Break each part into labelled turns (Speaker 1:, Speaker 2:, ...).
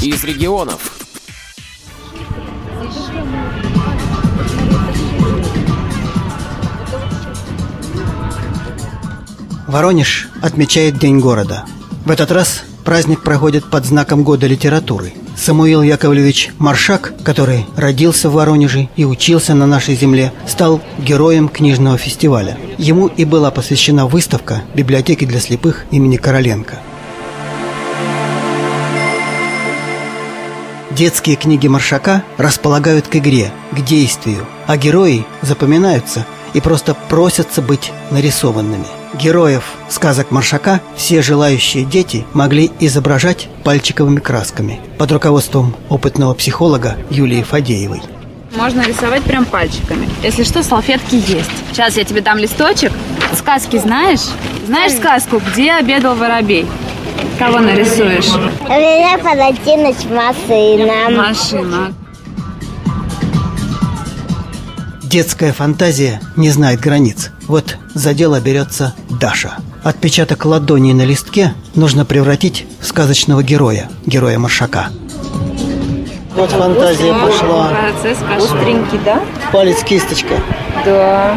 Speaker 1: из регионов.
Speaker 2: Воронеж отмечает День города. В этот раз праздник проходит под знаком Года литературы. Самуил Яковлевич Маршак, который родился в Воронеже и учился на нашей земле, стал героем книжного фестиваля. Ему и была посвящена выставка библиотеки для слепых имени Короленко. Детские книги Маршака располагают к игре, к действию, а герои запоминаются и просто просятся быть нарисованными. Героев сказок Маршака все желающие дети могли изображать пальчиковыми красками под руководством опытного психолога Юлии Фадеевой.
Speaker 3: Можно рисовать прям пальчиками. Если что, салфетки есть. Сейчас я тебе дам листочек. Сказки знаешь? Знаешь сказку «Где обедал воробей»? Кого нарисуешь?
Speaker 4: У меня полотенец машина.
Speaker 3: Машина.
Speaker 2: Детская фантазия не знает границ. Вот за дело берется Даша. Отпечаток ладони на листке нужно превратить в сказочного героя, героя Маршака. Вот фантазия пошла.
Speaker 3: Процесс пошел.
Speaker 5: да?
Speaker 2: Палец кисточка.
Speaker 5: Да.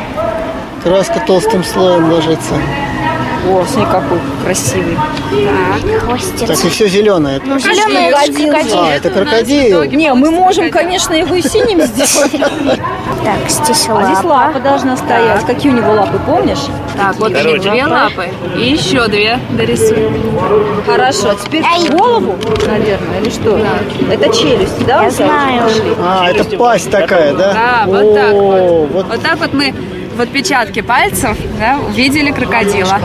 Speaker 2: Краска толстым слоем ложится.
Speaker 5: О, смотри, какой красивый.
Speaker 2: Так и все зеленое.
Speaker 5: Зеленый
Speaker 2: А, это крокодил.
Speaker 5: Не, мы можем, конечно, его и синим сделать.
Speaker 4: Так, здесь
Speaker 5: А здесь
Speaker 4: лапа.
Speaker 5: лапа должна стоять. Какие у него лапы, помнишь?
Speaker 3: Так, вот у них две лапы. И еще две дорисуем.
Speaker 5: Хорошо, теперь голову, наверное, или что? Это челюсть, да?
Speaker 4: Я
Speaker 5: у тебя
Speaker 4: знаю.
Speaker 5: пошли?
Speaker 2: А, это пасть такая, да?
Speaker 3: Да, вот так
Speaker 2: О,
Speaker 3: вот. Вот так вот мы в отпечатке пальцев да, увидели крокодила.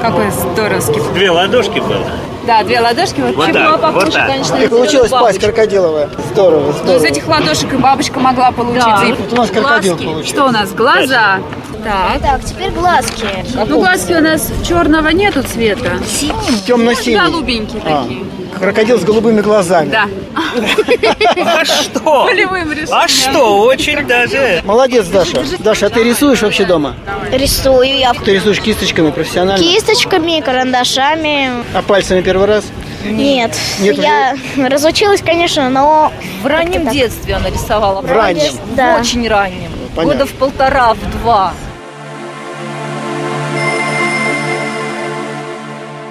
Speaker 3: Какой здоровский.
Speaker 6: Две ладошки было.
Speaker 3: Да, две ладошки. Вот,
Speaker 6: Вот
Speaker 3: чё-
Speaker 6: так,
Speaker 5: Лапа
Speaker 6: вот
Speaker 5: тоже,
Speaker 6: так.
Speaker 5: конечно,
Speaker 2: И
Speaker 5: сделала
Speaker 2: получилась пасть
Speaker 5: бабочку.
Speaker 2: крокодиловая. Здорово,
Speaker 3: Ну, из
Speaker 2: здорово.
Speaker 3: этих ладошек и бабочка могла получить.
Speaker 5: Да,
Speaker 3: и
Speaker 2: вот у нас крокодил
Speaker 3: глазки.
Speaker 2: получился.
Speaker 3: Что у нас? Глаза. Так.
Speaker 4: Так, теперь глазки.
Speaker 3: Ну, глазки у нас черного нету цвета.
Speaker 2: Темно-синий.
Speaker 3: Голубенькие
Speaker 2: А,
Speaker 3: такие.
Speaker 2: крокодил с голубыми глазами.
Speaker 3: Да.
Speaker 6: А что?
Speaker 3: Полевым решением.
Speaker 6: А что? Очень даже.
Speaker 2: Молодец, Даша. Даша, а ты рисуешь вообще дома?
Speaker 4: Рисую я
Speaker 2: Ты рисуешь кисточками профессионально?
Speaker 4: кисточками, карандашами.
Speaker 2: А пальцами первый раз?
Speaker 4: Нет,
Speaker 2: Нет,
Speaker 4: я разучилась, конечно, но...
Speaker 5: В раннем детстве она рисовала.
Speaker 2: В раннем.
Speaker 4: Да.
Speaker 5: Очень раннем.
Speaker 2: Понятно.
Speaker 5: Года в полтора, в два.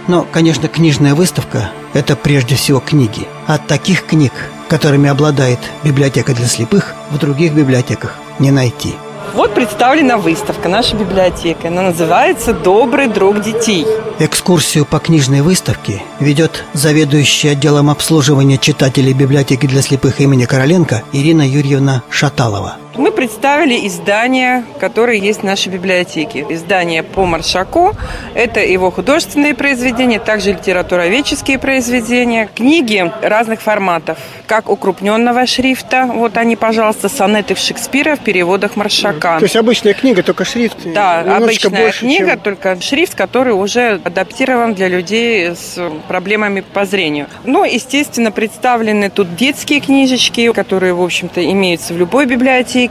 Speaker 2: Но, конечно, книжная выставка – это прежде всего книги. От таких книг, которыми обладает библиотека для слепых, в других библиотеках не найти.
Speaker 7: Вот представлена выставка нашей библиотеки. Она называется «Добрый друг детей».
Speaker 2: Экскурсию по книжной выставке ведет заведующая отделом обслуживания читателей библиотеки для слепых имени Короленко Ирина Юрьевна Шаталова.
Speaker 7: Мы представили издания, которые есть в нашей библиотеке. Издание по Маршаку – это его художественные произведения, также литературоведческие произведения, книги разных форматов, как укрупненного шрифта, вот они, пожалуйста, сонеты в Шекспира в переводах Маршака.
Speaker 2: есть обычная книга, только шрифт
Speaker 7: Да, обычная книга, только шрифт, который уже адаптирован для людей с проблемами по зрению. Ну, естественно, представлены тут детские книжечки, которые, в общем-то, имеются в любой библиотеке.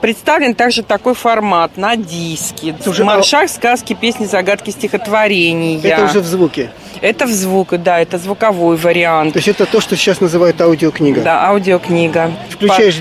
Speaker 7: Представлен также такой формат на диске.
Speaker 2: Это уже-
Speaker 7: Маршах, сказки, песни, загадки, стихотворения.
Speaker 2: в звуке.
Speaker 7: Это в звук, да, это звуковой вариант.
Speaker 2: есть это то, что сейчас называют аудиокнига.
Speaker 7: Да, аудиокнига.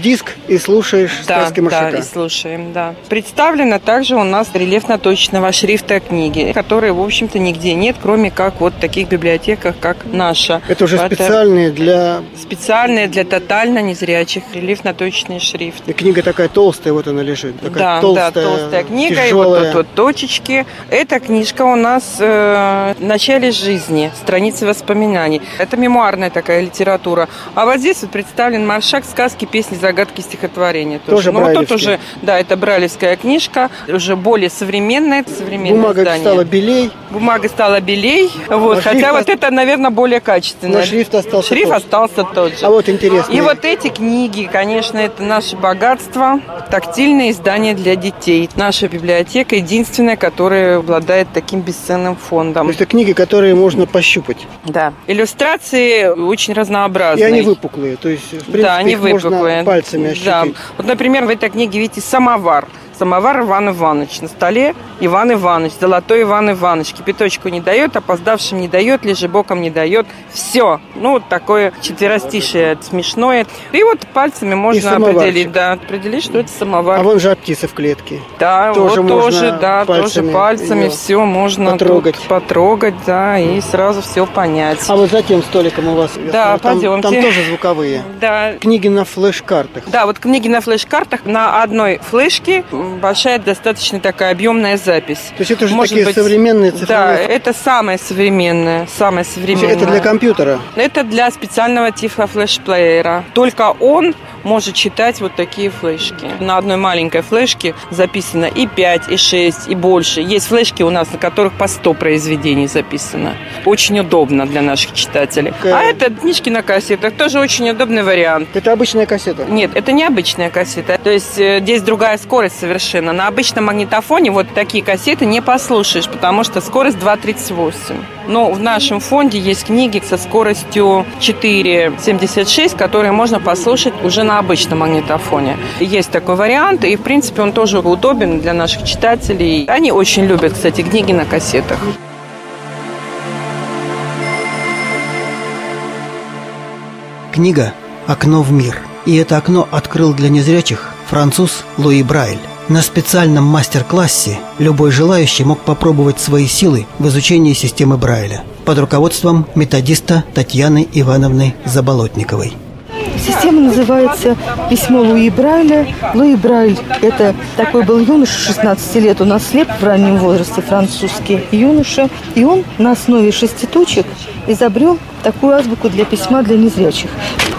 Speaker 2: диск и слушаешь
Speaker 7: Да, да, и слушаем, да. Представлена также у нас рельефно-точного шрифта книги, которые, в общем-то, нигде нет, кроме как вот в таких библиотеках, как наша.
Speaker 2: Это уже
Speaker 7: Это
Speaker 2: специальные для...
Speaker 7: Специальные для тотально незрячих рельефно-точный шрифт.
Speaker 2: И Книга такая толстая, вот она лежит. Такая
Speaker 7: да,
Speaker 2: толстая,
Speaker 7: да, толстая книга, и
Speaker 2: тяжелая.
Speaker 7: вот тут вот точечки. Эта книжка у нас э, в начале жизни, страницы воспоминаний. Это мемуарная такая литература. А вот здесь вот представлен маршак, сказки, песни, загадки, стихотворения.
Speaker 2: Тоже
Speaker 7: ну, вот тут
Speaker 2: брайлевский.
Speaker 7: уже, да, это бралевская книжка, уже более современная, современное
Speaker 2: Бумага
Speaker 7: издание.
Speaker 2: стала белей,
Speaker 7: Бумага стала белей, вот,
Speaker 2: Но
Speaker 7: хотя
Speaker 2: шрифт
Speaker 7: вот
Speaker 2: ост-
Speaker 7: это, наверное, более качественная.
Speaker 2: но шрифт остался
Speaker 7: Шрифт
Speaker 2: тот же.
Speaker 7: остался тот же.
Speaker 2: А вот интересно.
Speaker 7: И вот эти книги, конечно, это наше богатство, тактильные издания для детей. Наша библиотека единственная, которая обладает таким бесценным фондом.
Speaker 2: Это книги, которые можно пощупать.
Speaker 7: Да. Иллюстрации очень
Speaker 2: И
Speaker 7: разнообразные.
Speaker 2: они выпуклые. То есть, в принципе,
Speaker 7: да, они
Speaker 2: их можно
Speaker 7: выпуклые.
Speaker 2: пальцами ощутить. А
Speaker 7: Да. Вот, например, в этой книге видите самовар. Самовар Иван Иванович. На столе Иван Иванович. Золотой Иван Иванович. Кипяточку не дает, опоздавшим не дает, лежебоком не дает. Все. Ну, вот такое четверостишее смешное. И вот пальцами можно
Speaker 1: самоварчик.
Speaker 7: определить, да, определить, что это самовар.
Speaker 1: А вон же от птицы в клетке.
Speaker 7: Да,
Speaker 1: Тоже
Speaker 7: вот
Speaker 1: можно
Speaker 7: тоже, да, тоже
Speaker 1: пальцами
Speaker 7: пальцами
Speaker 1: её
Speaker 7: все можно тут
Speaker 1: потрогать.
Speaker 7: потрогать, да, и сразу все понять.
Speaker 1: А вот за тем столиком у вас... я
Speaker 7: Да,
Speaker 1: смотрю, там,
Speaker 7: пойдёмте.
Speaker 1: Там тоже звуковые.
Speaker 7: Да.
Speaker 1: Книги на флеш-картах.
Speaker 7: Да, вот книги на флеш-картах на одной флешке м, большая достаточно такая объемная запись.
Speaker 1: То есть это уже такие современные цифровые...
Speaker 7: Да, это самое современное, самое
Speaker 1: То
Speaker 7: современное.
Speaker 1: есть Это для компьютера.
Speaker 7: Это для специального тифа флешплеера. Только он может читать вот такие флешки. На одной маленькой флешке записано и 5, и 6, и больше. Есть флешки у нас, на которых по 100 произведений записано. Очень удобно для наших читателей.
Speaker 1: Э.
Speaker 7: А это книжки на кассетах. Тоже очень удобный вариант.
Speaker 1: Это обычная кассета.
Speaker 7: Нет, это не обычная кассета. То есть э, здесь другая скорость совершенно. На обычном магнитофоне вот такие кассеты не послушаешь, потому что скорость 2.38. Но в нашем фонде есть книги со скоростью 4.76, которые можно послушать уже на обычном магнитофоне. Есть такой вариант, и в принципе он тоже удобен для наших читателей. Они очень любят, кстати, книги на кассетах.
Speaker 2: Книга «Окно в мир». И это окно открыл для незрячих француз Луи Брайль. На специальном мастер-классе любой желающий мог попробовать свои силы в изучении системы Брайля под руководством методиста Татьяны Ивановны Заболотниковой.
Speaker 8: Система называется «Письмо Луи Брайля». Луи Брайль – это такой был юноша, 16 лет, он ослеп в раннем возрасте, французский юноша. И он на основе шести точек изобрел такую азбуку для письма для незрячих.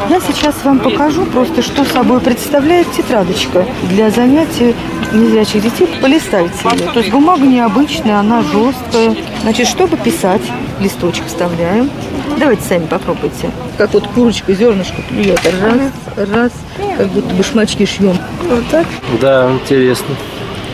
Speaker 8: Я сейчас вам покажу просто, что собой представляет тетрадочка для занятий незрячих детей. Полистайте ее. То есть бумага необычная, она жесткая. Значит, чтобы писать, листочек вставляем. Давайте сами попробуйте. Как вот курочка зернышко клюет. Раз, раз, как будто башмачки шьем. Вот так.
Speaker 9: Да, интересно.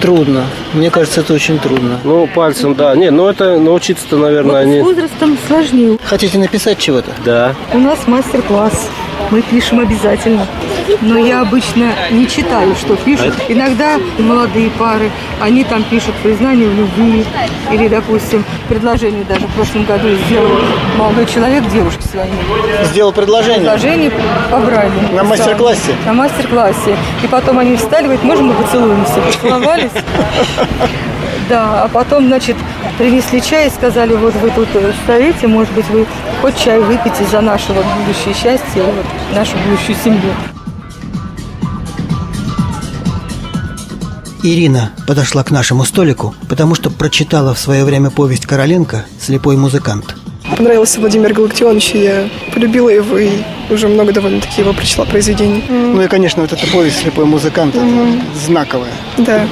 Speaker 1: Трудно. Мне кажется, это очень трудно. Ну,
Speaker 9: Ну, пальцем, да. Не, ну это научиться-то, наверное,
Speaker 8: Вот с
Speaker 9: не...
Speaker 8: возрастом сложнее.
Speaker 1: Хотите написать чего-то?
Speaker 9: Да.
Speaker 8: У нас мастер-класс. Мы пишем обязательно. Но я обычно не читаю, что пишут. Иногда молодые пары, они там пишут признание в любви. Или, допустим, предложение даже в прошлом году сделал молодой человек девушке своей.
Speaker 1: Сделал предложение.
Speaker 8: предложение по Брайлю.
Speaker 1: На мастер-классе?
Speaker 8: На мастер-классе. И потом они встали, говорят, можем мы поцелуемся? Поцеловались. Да, а потом, значит, принесли чай и сказали, вот вы тут э, стоите, может быть, вы хоть чай выпьете за наше вот будущее счастье, и вот нашу будущую семью.
Speaker 2: Ирина подошла к нашему столику, потому что прочитала в свое время повесть Короленко «Слепой музыкант».
Speaker 10: Понравился Владимир Галактионович, и я полюбила его, и уже много довольно-таки его прочла произведений.
Speaker 1: Ну и, конечно, вот эта повесть «Слепой музыкант» это знаковая.
Speaker 10: Да.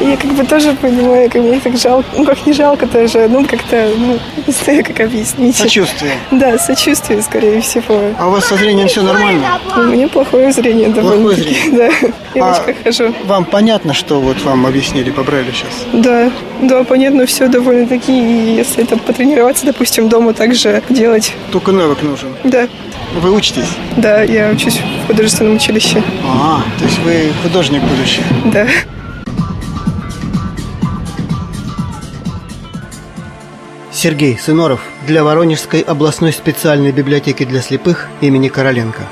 Speaker 10: И я как бы тоже понимаю, как мне так жалко, ну как не жалко тоже, ну как-то, ну не знаю, как объяснить.
Speaker 1: Сочувствие.
Speaker 10: Да, сочувствие, скорее всего.
Speaker 1: А у вас со зрением все нормально?
Speaker 10: У меня плохое зрение
Speaker 1: Плохое
Speaker 10: довольно-таки. Да, я
Speaker 1: А-
Speaker 10: в очках хожу.
Speaker 1: Вам понятно, что вот вам объяснили по Брайлю сейчас?
Speaker 10: Да, да, понятно, все довольно-таки, и если это потренироваться, допустим, дома также делать.
Speaker 1: Только навык нужен.
Speaker 10: Да,
Speaker 1: Вы учитесь?
Speaker 10: да, я учусь в художественном училище,
Speaker 1: А, то есть вы художник будущий.
Speaker 10: да.
Speaker 2: Сергей Сыноров для Воронежской областной специальной библиотеки для слепых имени Короленко.